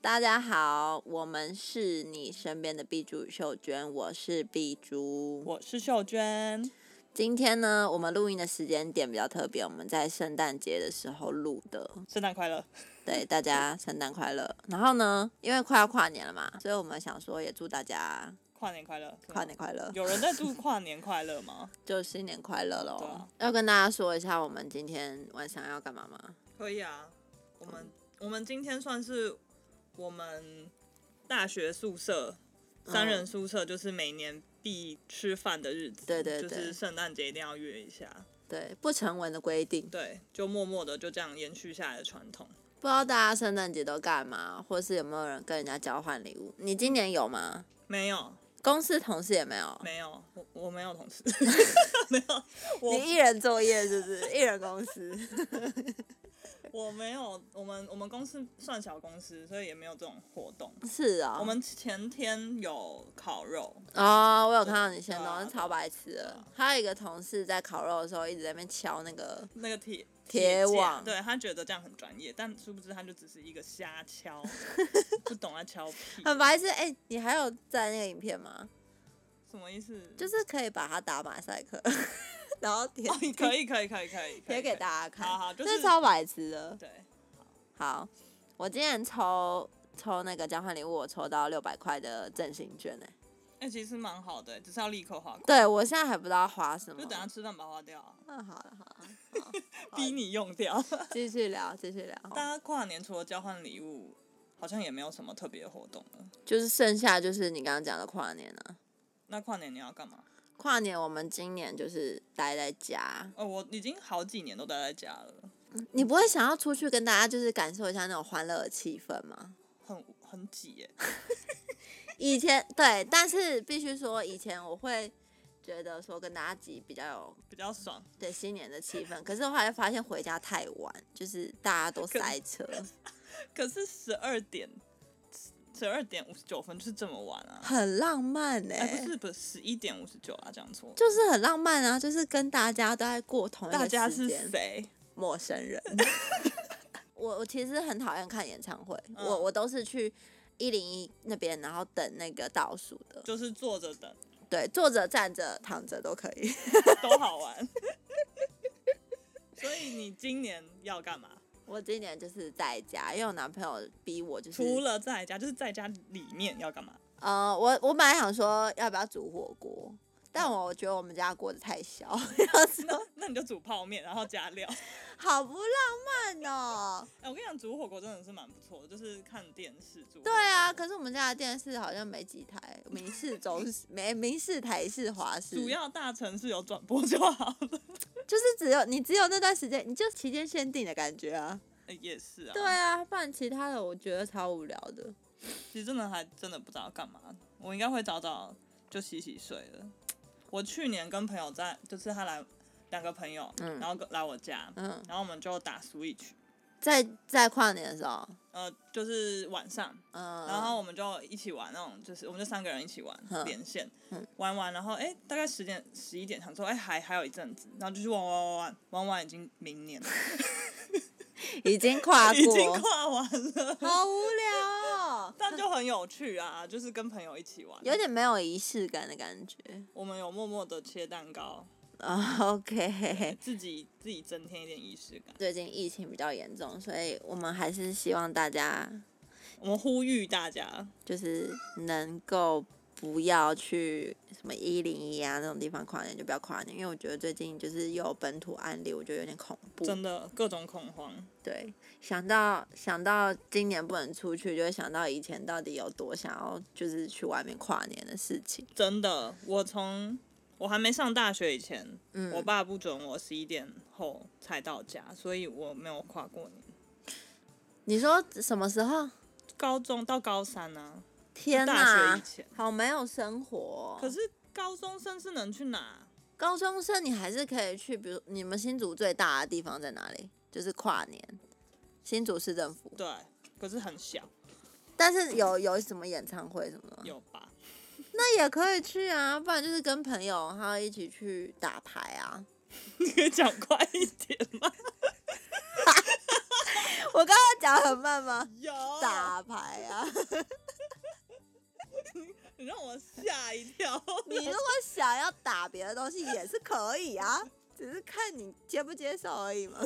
大家好，我们是你身边的碧珠与秀娟，我是碧珠。我是秀娟，今天呢，我们录音的时间点比较特别，我们在圣诞节的时候录的。圣诞快乐！对，大家圣诞快乐。然后呢，因为快要跨年了嘛，所以我们想说也祝大家跨年快乐！跨年快乐，有人在祝跨年快乐吗？就新年快乐喽。对啊要跟大家说一下，我们今天晚上要干嘛吗？ 可以啊，我们我们今天算是我们大学宿舍嗯三人宿舍，就是每年必吃饭的日子，对对对就是圣诞节一定要约一下，对，不成文的规定，对，就默默的就这样延续下来的传统。不知道大家圣诞节都干嘛，或是有没有人跟人家交换礼物？你今年有吗？没有，公司同事也没有，没有，我我没有同 事，没有，我你一人作业是不 是？一人公司，我没有，我们我们公司算小公司，所以也没有这种活动。是啊、我们前天有烤肉，哦，我有看到你先对啊动，超白痴的。还有一个同事在烤肉的时候一直在那边敲那 个，那个铁铁架网对他觉得这样很专业，但殊不知他就只是一个瞎 敲，不懂他敲屁，很白痴。哎、你还有在那个影片吗？什么意思？就是是可以把它打马赛克， 然后贴哦，你可以可以可以可以，可贴以给大家看，好好就这是超白痴的。可以对，好，我今天抽抽那个交换礼物，我抽到六百块的振兴券哎、哎、其实蛮好的，只是要立刻花光，对我现在还不知道花什么。就等他吃饭把它花掉啊，嗯，好了好了，好逼你用掉。继续聊继续聊。 大家跨年除了交换礼物，好像也没有什么特别的活动了。就是剩下就是你刚刚讲的跨年了、那跨年你要干嘛？跨年我们今年就是待在家，哦，我已经好几年都待在家了，你不会想要出去跟大家就是感受一下那种欢乐的气氛吗？很很挤耶。以前对，但是必须说以前我会觉得说跟大家挤比较有比较爽。对新年的气氛，可是后来发现回家太晚，就是大家都塞 车，可是十二点，十二点五十九分就是这么晚啊？很浪漫哎、哎、不是不是，十一点五十九啊，讲错。就是很浪漫啊，就是跟大家都在过同一大家个是时间。谁？陌生 人。我我其实很讨厌看演唱会，我嗯我都是去一零一那边，然后等那个倒数的。就是坐着等， 对，坐着、站着、躺着都可以。 都好玩。 所以你今年要干嘛？我今年就是在家，因为我男朋友逼我，就是除了在家，就是在家里面要干嘛？呃，我我本来想说要不要煮火锅，但我觉得我们家锅子太小， 然后那说那你就煮泡面，然后加料。 好不浪漫哦。哎、我跟你讲，煮火锅真的是蛮不错的，就是看电视煮。对啊，，可是我们家的电视好像没几台，明视、中视、没明视、台视、华视，主要大城市有转播就好了。 就是只有你只有那段时间，你就期间限定的感觉啊。哎也是啊。对啊，不然其他的我觉得超无聊的。其实真的还真的不知道干嘛，我应该会早早就洗洗睡了。我去年跟朋友在，就是他来两个朋友，嗯然后跟来我家，嗯，然后我们就打 Switch，在在跨年的时候，呃，就是晚上，嗯，然后我们就一起玩那种，就是我们就三个人一起玩嗯连线嗯，玩完然后哎、大概十点十一点，想说哎、还还有一阵子，然后就去玩玩玩玩玩完已经明年了， 已经跨 已经过，跨完了，好无聊哦，但就很有趣啊，就是跟朋友一起玩，有点没有仪式感的感觉。我们有默默的切蛋糕，啊、o k 自己自己增添一点仪式感。 最近疫情比较严重，所以我们还是希望大家我们呼吁大家，就是能够不要去什么一零一啊那种地方跨年，就不要跨年，因为我觉得最近就是又有本土案例，我觉得有点恐怖。真的各种恐慌。对，想到想到今年不能出去，就会想到以前到底有多想要就是去外面跨年的事情。真的，我从我还没上大学以前，嗯我爸不准我十一点后才到家，所以我没有跨过年。你说什么时候？高中到高三啊呢、天大哪、学以前好没有生活哦、可是高中生是能去哪？高中生你还是可以去，比如你们新竹最大的地方在哪里？就是跨年，新竹市政府。对，可是很小，但是有有什么演唱会什么的吗？有吧？那也可以去啊，不然就是跟朋友然后一起去打牌啊。 你可以讲快一点吗？我刚刚讲聊很慢吗？有，打牌啊！你让我吓一跳。你如果想要打别的东西也是可以啊， 只是看你接不接受而已嘛。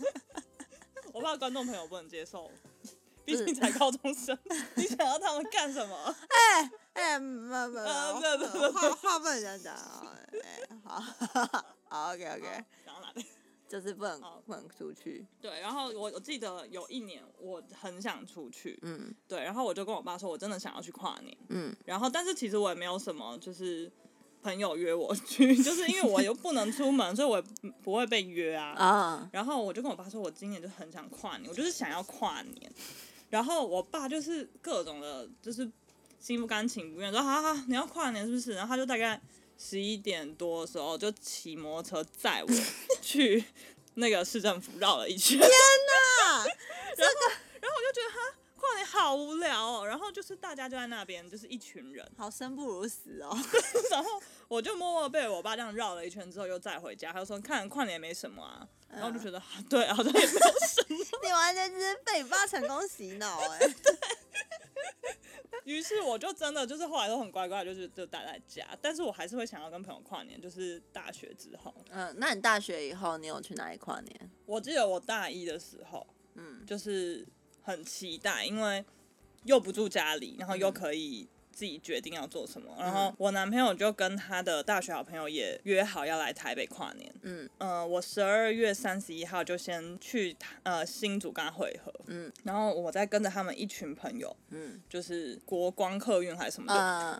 我怕观众朋友不能接受，嗯毕竟才高中生，你想要他们干什么？哎哎，慢慢呃慢，不不不话话不能这样讲啊。哎，好，好，OK 好 OK，想要哪里？就是不能好不能出去。对，然后我我记得有一年我很想出去，嗯对，然后我就跟我爸说，我真的想要去跨年。嗯然后，但是其实我也没有什么，就是朋友约我去， 就是因为我又不能出门，所以我也不会被约啊。啊，然后我就跟我爸说，我今年就很想跨年，我就是想要跨年。然后我爸就是各种的，就是心不甘情不愿，说好好，好你要跨年是不是？然后他就大概十一点多的时候就骑摩托车载我去那个市政府绕了一圈。 那然后我就觉得哈，跨年好无聊哦。然后就是大家就在那边，就是一群人。好生不如死哦。 然后我就默默被我爸这样绕了一圈之后，又再回家，他就说看跨年也没什么啊。然后我就觉得、啊对，好像也没有什么。你完全就是被你爸成功洗脑哎、于是我就真的就是后来都很乖乖，就是就待在家。但是我还是会想要跟朋友跨年，就是大学之后。 嗯，那你大学以后你有去哪里跨年？我记得我大一的时候，嗯就是很期待，因为又不住家里，然后嗯又可以自己决定要做什么。然后我男朋友就跟他的大学好朋友也约好要来台北跨年。嗯呃，我十二月三十一号就先去他呃新竹跟他会合，嗯然后我再跟着他们一群朋友，嗯就是国光客运还是什么 的，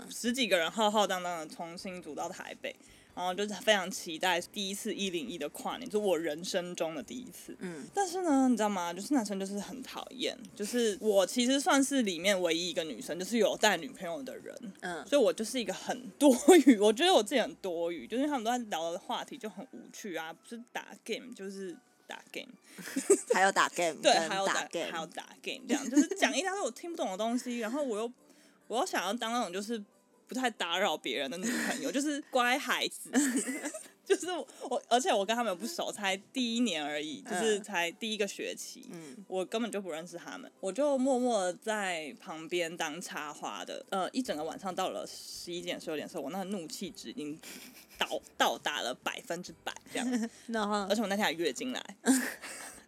嗯，十几个人浩浩荡荡的从新竹到台北，然后就是非常期待第一次一零一的跨年，就我人生中的第一次。嗯，但是呢，你知道吗？就是男生就是很讨厌，就是我其实算是里面唯一一个女生，就是有带女朋友的人，嗯所以我就是一个很多余，我觉得我自己很多余，就是他们都在聊的话题就很无趣啊，不是打 game 就是。打 game，还有打 game，对，跟还有打还有 game，打 game，这样就是讲一大堆我听不懂的东西，然后我又我又想要当那种就是不太打扰别人的女朋友，就是乖孩子， 就是我我，而且我跟他们又不熟，才第一年而已，就是嗯才第一个学期，嗯我根本就不认识他们，我就默默地在旁边当插花的，呃，一整个晚上到了十一点十二点的时候，我那个怒气值已经到到达了百分之百这样，然后而且我那天还月经来，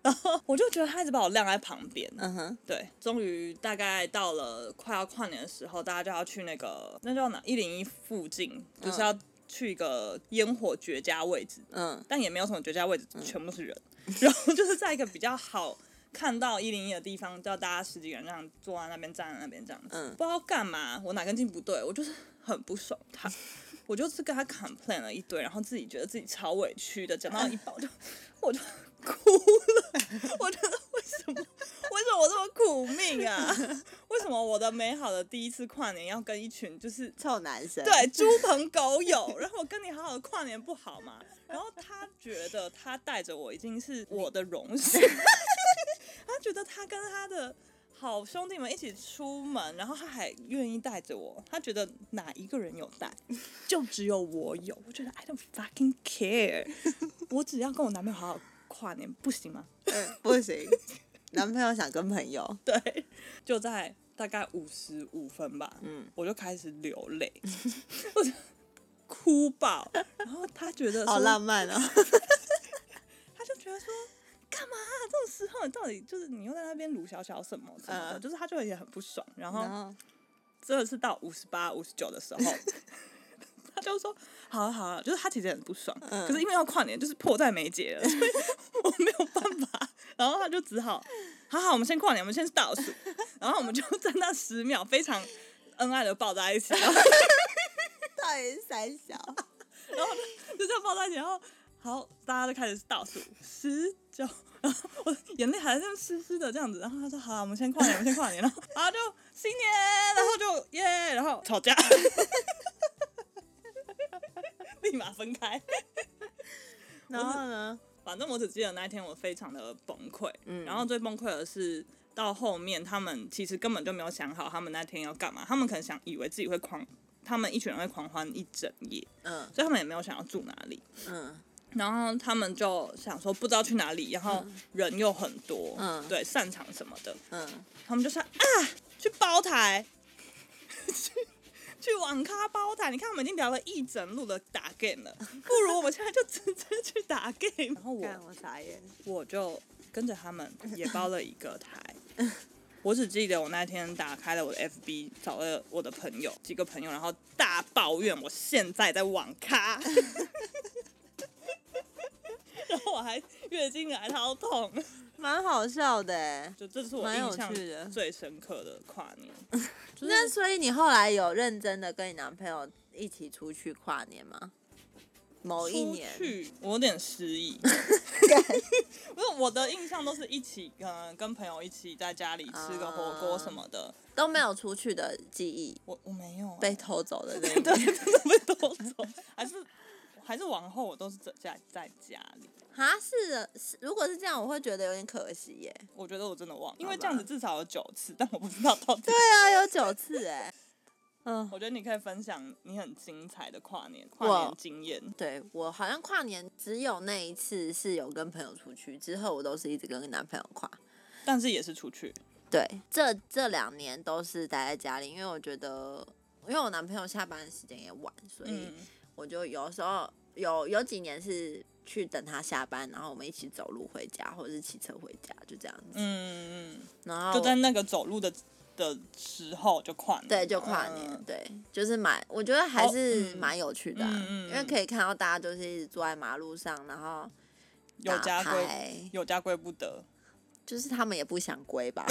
然后我就觉得他一直把我晾在旁边，嗯哼，对，终于大概到了快要跨年的时候，大家就要去那个那叫哪一零一附近，就是要去一个烟火绝佳位置，嗯但也没有什么绝佳位置，全部是人， 然后就是在一个比较好。看到一零一的地方，叫大家十几个人这样坐在那边站在那边这样子，嗯不知道干嘛，我哪根筋不对，我就是很不爽他，我就是跟他 complain 了一堆，然后自己觉得自己超委屈的，讲到一半我就我就哭了，我觉得为什么为什么我这么苦命啊？ 为什么我的美好的第一次跨年要跟一群就是臭男生，对，猪朋狗友， 然后我跟你好好的跨年不好吗？然后他觉得他带着我已经是我的荣幸， 他觉得他跟他的好兄弟们一起出门，然后他还愿意带着我，他觉得哪一个人有带，就只有我有。我觉得 I don't fucking care，我只要跟我男朋友好好跨年，不行吗？嗯， 不行，男朋友想跟朋友，对，就在大概五十五分吧，嗯我就开始流泪，我就哭爆。然后他觉得好说浪漫哦，他就觉得说，干嘛、啊、这种时候你到底就是你又在那边鲁小小什么什么的，嗯就是他就也很不爽。然然后后真的是到五十八、五十九的时候。他就说：“好啊了好了，就是他其实很不爽，嗯可是因为要跨年，就是迫在眉睫了，所以我没有办法。然后他就只好，好好，我们先跨年，我们先倒数，然后我们就在那十秒非常恩爱的抱在一起，然后到底是三小，就这样抱在一起，然后好，大家就开始倒数十九，然后我眼泪还在那湿湿的这样子，然后他说好啦，我们先跨年，我们先跨年，然后然后就新年，然后就耶，然后吵架， 立马分开。然后呢？反正我只记得那一天我非常的崩溃，嗯然后最崩溃的是到后面他们其实根本就没有想好他们那天要干嘛，他们可能想以为自己会狂，他们一群人会狂欢一整夜，嗯所以他们也没有想要住哪里。嗯然后他们就想说不知道去哪里，然后人又很多，嗯对，散场什么的，嗯，他们就说啊，去包台， 去去网咖包台。你看，我们已经聊了一整路的打 game 了，不如我们现在就直接去打 game。然后看我我傻眼，我就跟着 他们也包了一个台。我只记得我那天打开了我的 FB，找了我的朋友几个朋友，然后大抱怨我现在在网咖， 然后我还月经来超痛，蛮好笑的欸。就这是我蛮有印象趣的最深刻的跨年。那所以你后来有认真的跟你男朋友一起出去跨年吗？某一出年，去，我有点失 忆。 不是我的印象都是一起，嗯，跟朋友一起在家里吃个火锅什么的。都没有出去的记忆，我我没有、啊、被偷走的 那一对年真的被偷走， 还是还是往后我都是在在在家里。哈，是的，是如果是这样，我会觉得有点可惜耶。我觉得我真的忘了，因好为吧这样子至少有九次，但我不知道到底。对啊，有九次哎， 嗯， 我觉得你可以分享你很精彩的跨年跨我年经验。对我好像跨年只有那一次是有跟朋友出去，之后我都是一直跟男朋友跨。但是也是出去，对，这这两年都是待在家里，因为我觉得，因为我男朋友下班的时间也晚，所以嗯，我就有时候有有几年是去等他下班，然后我们一起走路回家，或者是骑车回家，就这样子。嗯然嗯，后就在那个走路的的时候就跨年，对，就跨年，嗯对，就是蛮，我觉得还哦是嗯蛮有趣的啊、嗯嗯因为嗯可以看到大家就是一直坐在马路上，然后有打家归牌，有家归不得。就是他们也不想归 吧？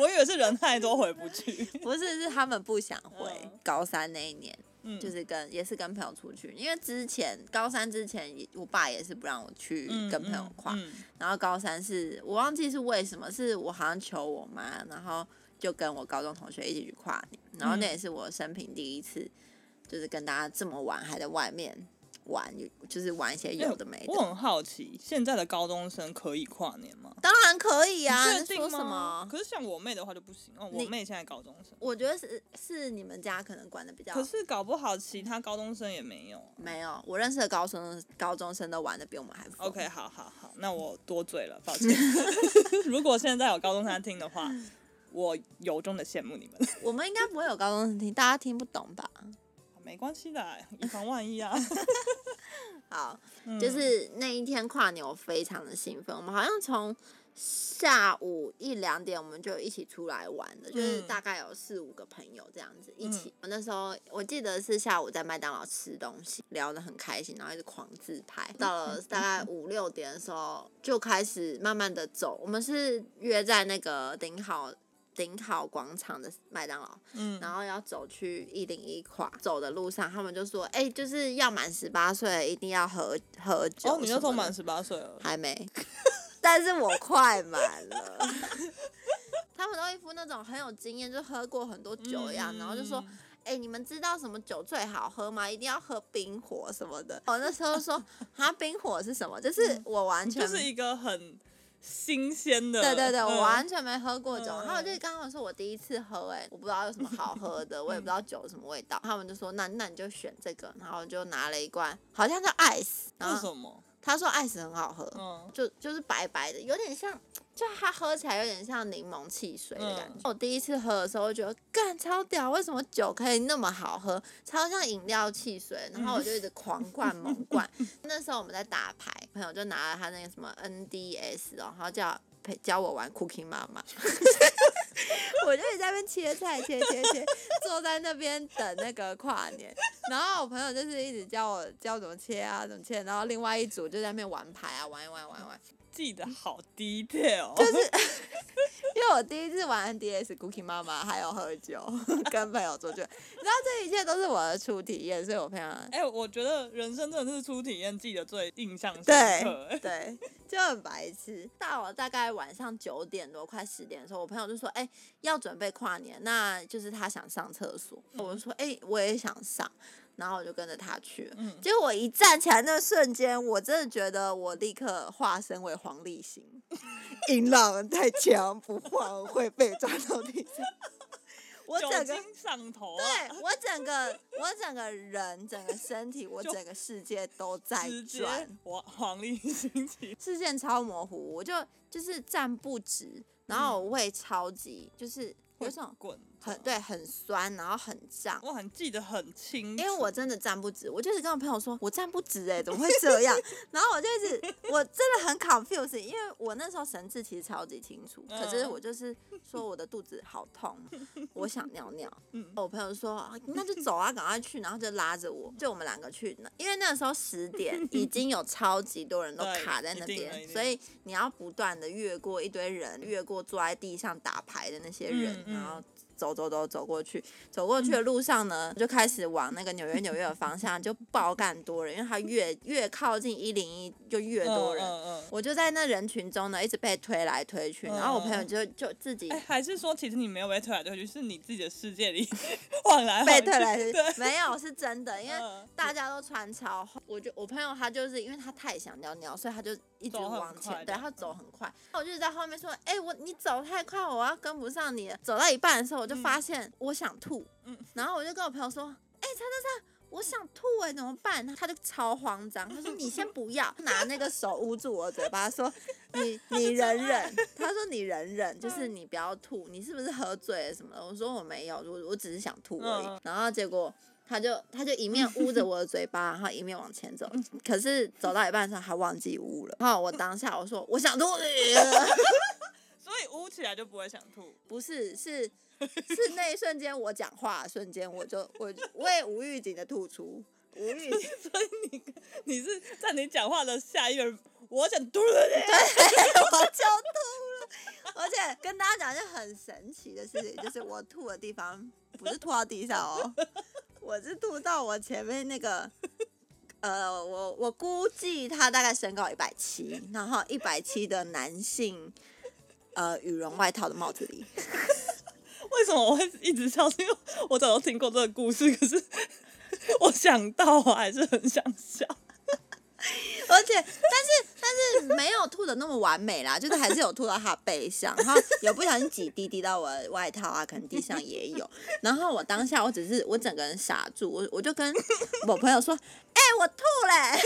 我以为是人太多回不去。不是，是他们不想回。嗯高三那一年，嗯， 就是跟也是跟朋友出去，因为之前高三之前也，我爸也是不让我去嗯跟朋友跨，嗯嗯然后高三是我忘记是为什么，是我好像求我妈，然后就跟我高中同学一起去跨年，然后那嗯也是我生平第一次，就是跟大家这么晚还在外面玩，就是玩一些有的没哎我的。很好奇，现在的高中生可以跨年吗？当然可以啊，你你确说定什吗？么？可是像我妹的话就不行哦，我你妹现在高中生，我觉得是是你们家可能管的比较。可是搞不好其他高中生也没有。啊没有，我认识的高中高中生都玩的比我们还疯。 OK，好好好，那我多嘴了，抱歉。 如果现在有高中生听的话，我由衷的羡慕你们。 我们应该不会有高中生听，大家听不懂吧？没关系的，以防万 一啊。好，嗯就是那一天跨年，我非常的兴奋。我们好像从下午一两点，我们就一起出来玩的，就是嗯大概有四五个朋友这样子一起。我那时候我记得是下午在麦当劳吃东西，聊得很开心，然后一直狂自拍。到了大概五六点的时候，就开始慢慢的走。我们是约在那个顶好顶好广场的麦当劳。嗯然后要走去一零一跨，走的路上他们就说，哎、就是要满十八岁一定要喝喝酒。哦，你那时候满什十八岁了么的，还没， 但是我快满了。 他们都一副那种很有经验，就喝过很多酒的样子，然后就说，嗯哎、你们知道什么酒最好喝吗？一定要喝冰火什么的。我那时候 说，哈，冰火是什么？就是我完全嗯就是一个很新鲜的，对对对，我嗯完全没喝过酒。嗯然后我就刚刚说我第一次喝、哎，我不知道有什么好喝的，我也不知道酒什么味道。他们就说那那你就选这个，然后我就拿了一罐，好像叫 ice，然为后什么？他说 ice 很好喝，嗯，就就是白白的，有点像，就它喝起来有点像柠檬汽水的感觉。嗯我第一次喝的时候，我觉得干超屌，为什么酒可以那么好喝，超像饮料汽水？然后我就一直狂灌猛灌。 那时候我们在打牌，朋友就拿了他那个什么 NDS，哦然后叫陪教我玩 Cooking 妈妈。 我就一直在那边切菜，切切切，坐在那边等那个跨年。然后我朋友就是一直教我教怎么切啊，怎么切。然后另外一组就在那边玩牌啊，玩一玩玩一玩。记得好 detail，就是哦 因为我第一次玩 NDS Cookie 妈妈，还有喝酒， 跟朋友出去，你知道这一切都是我的初体验，所以我非常哎、我觉得人生真的是初体验记得最印象深刻。对哎对，就很白痴。到了大概晚上九点多，快十点的时候，我朋友就说：“哎、要准备跨年，那就是他想上厕所。”我就说：“哎、我也想上。”然后我就跟着他去了。嗯结果我一站起来那瞬间，我真的觉得我立刻化身为黄立行，音浪太强，不晃会被抓到地上。我酒整个精上头啊，对我整个我整个人、整个身体、我就整个世界都在直接转，黄黄历心情，视线超模糊，我就就是站不直，然后我胃超级就是有种滚，很，对很酸，然后很胀。我很记得很清楚，因为我真的站不直，我就是跟我朋友说，我站不直哎、怎么会这 样？然后我就一直，我真的很 confused，因为我那时候神志其实超级清楚，可是嗯我就是说我的肚子好 痛，我想尿尿。嗯我朋友说啊那就走啊，赶快去，然后就拉着我，就我们两个去那，因为那时候十点已经有超级多人都对卡在那一定的一边，定的所以你要不断的越过一堆人，越过坐在地上打牌的那些人，嗯嗯然后。走走走，走过去，走过嗯去的路上呢，就开始往那个纽约纽约的方向， 就爆干多人，因为它越越靠近一零一就越多人。嗯嗯我就在那人群中呢，一直被推来推去，然后我朋友嗯就就自己哎、还是说其实你没有被推来推去，是你自己的世界里 晃来被晃推来去推对，去，没有是真的，因为嗯大家都穿超厚，我就我朋友他就是因为他太想尿尿，所以他就一直走很往快前，这对样他走很快。我就在后面说，哎、我你走太快，我要跟不上你了。走到一半的时候，我就发现我想吐，嗯然后我就跟我朋友说，哎、陈先生。我想吐哎、怎么办？他就超慌张，他说：“你先不要，拿那个手捂住我嘴巴，说你你忍忍。”他说：“你忍忍，就是你不要吐，你是不是喝醉了什么的？”我说：“我没有，我我只是想吐而已。嗯然后结果他就他就一面捂着我的嘴巴，然后一面往前走。可是走到一半的时候，他忘记捂了。然后我当下我说我想吐你了， 所以捂起来就不会想吐。 不是是是那一瞬间我讲话的瞬间，我就我我也无预警的吐出，无预警。所以你你是在你讲话的下一个人，我想嘟了你。我就吐了。而且跟大家讲一件很神奇的事情，就是我吐的地方不是吐到地上 哦，我是吐到我前面那个。呃，我我估计他大概身高一百七，然后一百七的男性，呃，羽绒外套的帽子里，为什么我会一直笑？是因为我早就听过这个故事，可是 我想到我还是很想笑。而且但是但是没有吐的那么完美啦，就是还是有吐到他背上，然后有不小心几滴滴到我的外套啊，可能地上也有。 然后我当下我只是我整个人傻住，我我就跟我朋友说：“哎、我吐 嘞！”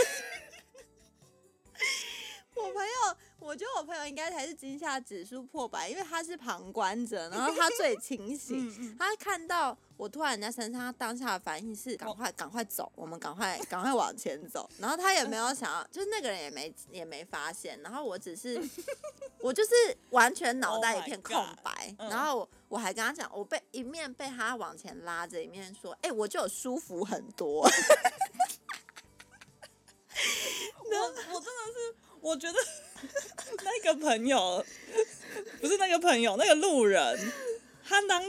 我朋友，我觉得我朋友应该才是惊吓指数破百，因为他是旁观者，然后他最清 醒，嗯他看到我突然在身上，他当下的反应是赶快赶快走，我们赶快赶快往前 走。然后他也没有想要，就是那个人也没也没发现。然后我只是 我就是完全脑袋 Oh 一 my 片空白 God，嗯然后我我还跟他讲，我被一面被他往前拉着，一面说，哎、我就有舒服很多。我我真的是，我 觉得那个朋友不是那个朋友，那个路人，他当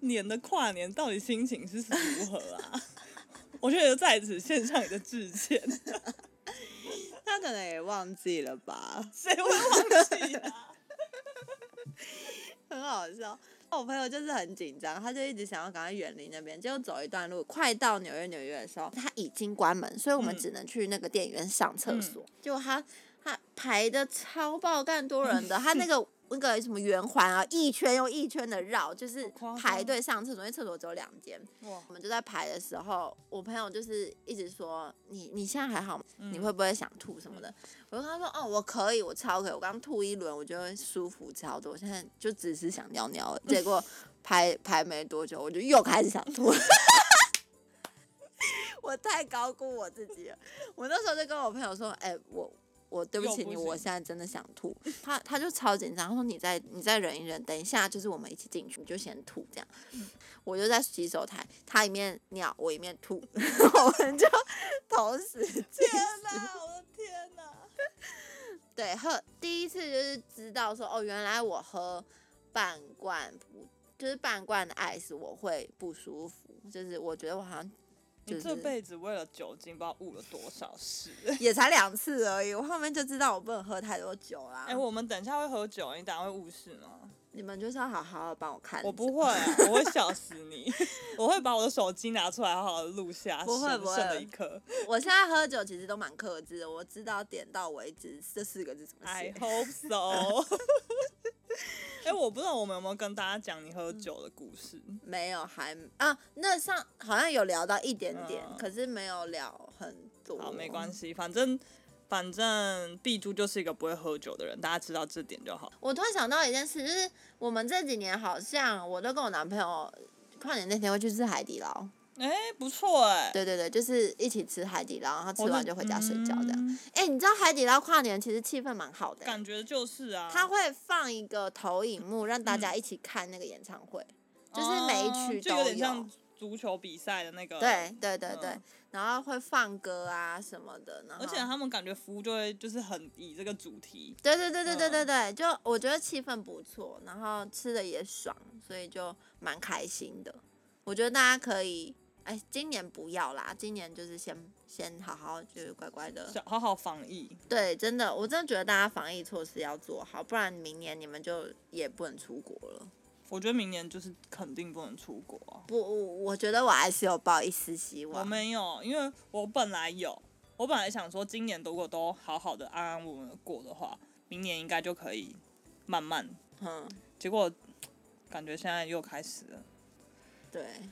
年的跨年到底心情是如何 啊？我觉得在此献上你的致歉， 他可能也忘记了吧。谁会忘记啊？ 很好笑。我朋友就是很紧张，他就一直想要赶快远离那边。结果走一段路，快到纽约纽约的时候，他已经关门，所以我们嗯只能去那个电影院上厕所。结果他他排的超爆干多人 的，他那个那个什么圆环啊，一圈又一圈的绕，就是夸张排队上厕所，因为厕所只有两间。哇我，们就在排的时候，我朋友就是一直说你你现在还好吗？嗯你会不会想吐什么的？我就跟他说哦，我可以，我超可以，我刚吐一轮，我觉得舒服超多，我现在就只是想尿尿而已。结果排排没多久，我就又开始想吐了。 我太高估我自己了，我那时候就跟我朋友说，哎、我。我对不又起不你，行我现在真的想吐。他他就超紧张，他说你再你再忍一忍，等一下就是我们一起进去，你就先吐这样。嗯我就在洗手台，他一面尿，我一面吐， 我们就同时进天哪，我的天哪！对喝。第一次就是知道说，哦，原来我喝半罐不就是半罐的 ice 我会不舒服，就是我觉得我好像就你这是辈子为了酒精，不知道误了多少事。也才两次而已，我后面就知道我不能喝太多酒啦。哎、我们等一下会喝酒，你等一下会误事吗？你们就是要好好的帮我看着，我不会、啊，我会笑死你。 我会把我的手机拿出来，好好的录下不会神不会圣的一刻。我现在喝酒其实都蛮克制的，我哎 知道点到为止这四个字怎么 I 写。 hope so。哎、我不知道我们有没有跟大家讲你喝嗯酒的故事。没有还啊，那上好像有聊到一点点，嗯可是没有聊很多。好，没关。系，反正反正碧珠就是一个不会喝酒的人，大家知道这点就好。我突然想到一件事，就是我们这几年好像我都跟我男朋友跨年那天会去吃海底捞。哎、不错哎、对对对，就是一起吃海底捞，然后吃我完是就回家睡觉这样。嗯哎、你知道海底捞跨年其实气氛蛮好的、欸感觉就是啊，他会放一个投影幕，让大家一起看那个演唱会，就是每一嗯哦曲就都有点像足球比赛的那个。对对对对，嗯然后会放歌啊什么的，然后而且他们感觉服务就会就是很以这个主题，对对对对对对对，嗯就我觉得气氛不错，然后吃的也爽，所以就蛮开心的。我觉得大家可以，哎，今年不要啦，今年就是先先好好就是乖乖的。想好好防疫。对，真的，我真的觉得大家防疫措施要做好，不然明年你们就也不能出国了。我觉得明年就是肯定不能出国啊、不，我我觉得我还是有抱一丝希我望。没有，因为我本来有，我本来想说今年如果都好好的安安稳稳的过的话，明年应该就可以慢慢。嗯，结果感觉现在又开始了。对，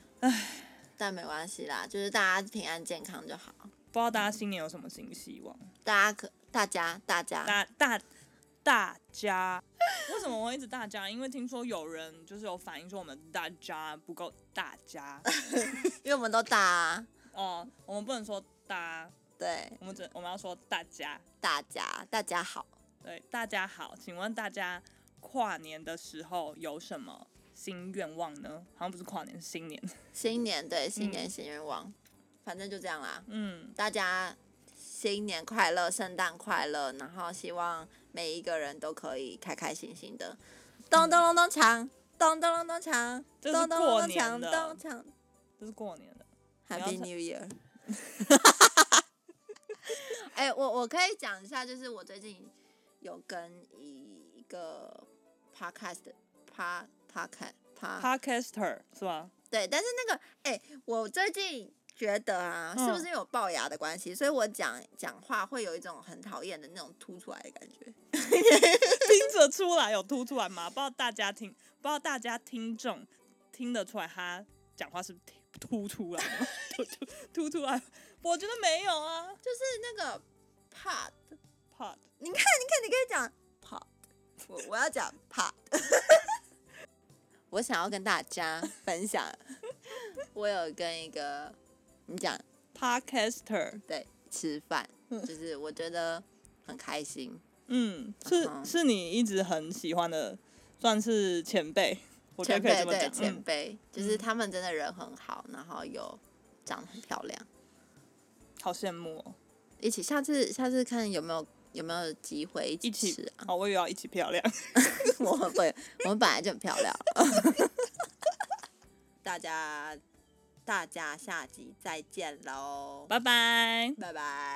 但没关系啦，就是大家平安健康就好。不知道大家新年有什么新希望？大家可，大家，大家，大大大家， 为什么我一直大家？因为听说有人就是有反映说我们大家不够大家因为我们都大、啊，哦、我们不能说大，对。我们只我们要说大家。大家，大家好。对，大家好，请问大家跨年的时候有什么新愿望呢？好像不是跨年，是新年。 新年对，新年新愿望，反正就这样啦。嗯，大家新年快乐，圣诞快乐，然后希望每一个人都可以开开心心的。咚咚咚咚锵，咚咚咚咚锵，嗯这咚是咚咚过咚年锵，的咚锵。这是过年的。要 Happy 唱 New Year！哎、我我可以讲一下，就是我最近有跟一个 podcast pa podcast 啊 pa Podcaster 是吧？对，但是那个，哎、我最近觉得啊，是不嗯是因为我龅牙的关系，所以我讲讲话会有一种很讨厌的那种凸出来的感觉。听着出来有凸出来吗？不知道大家听，不知道大家听众听得出来他讲话是 不是凸出来的，凸凸凸出来？我觉得没有啊。就是那个 pod， Pod 你看，你看，你可以讲 pod，我我要讲 pod。我想要跟大家分 享，我有跟一个你讲 Podcaster，对吃饭，就是我觉得很开心。嗯，是嗯是你一直很喜欢的，算是前辈，我觉得前可以辈这么对讲。前嗯，辈，就是嗯他们真的人很好，然后有长得很漂亮。好羡慕哦，一起，下次下次看有没有有没有机会一起一吃 起啊？哦，我以为要一起漂亮。 我们会，我们本来就很漂亮。 大家大家下集再见喽，拜拜。拜拜。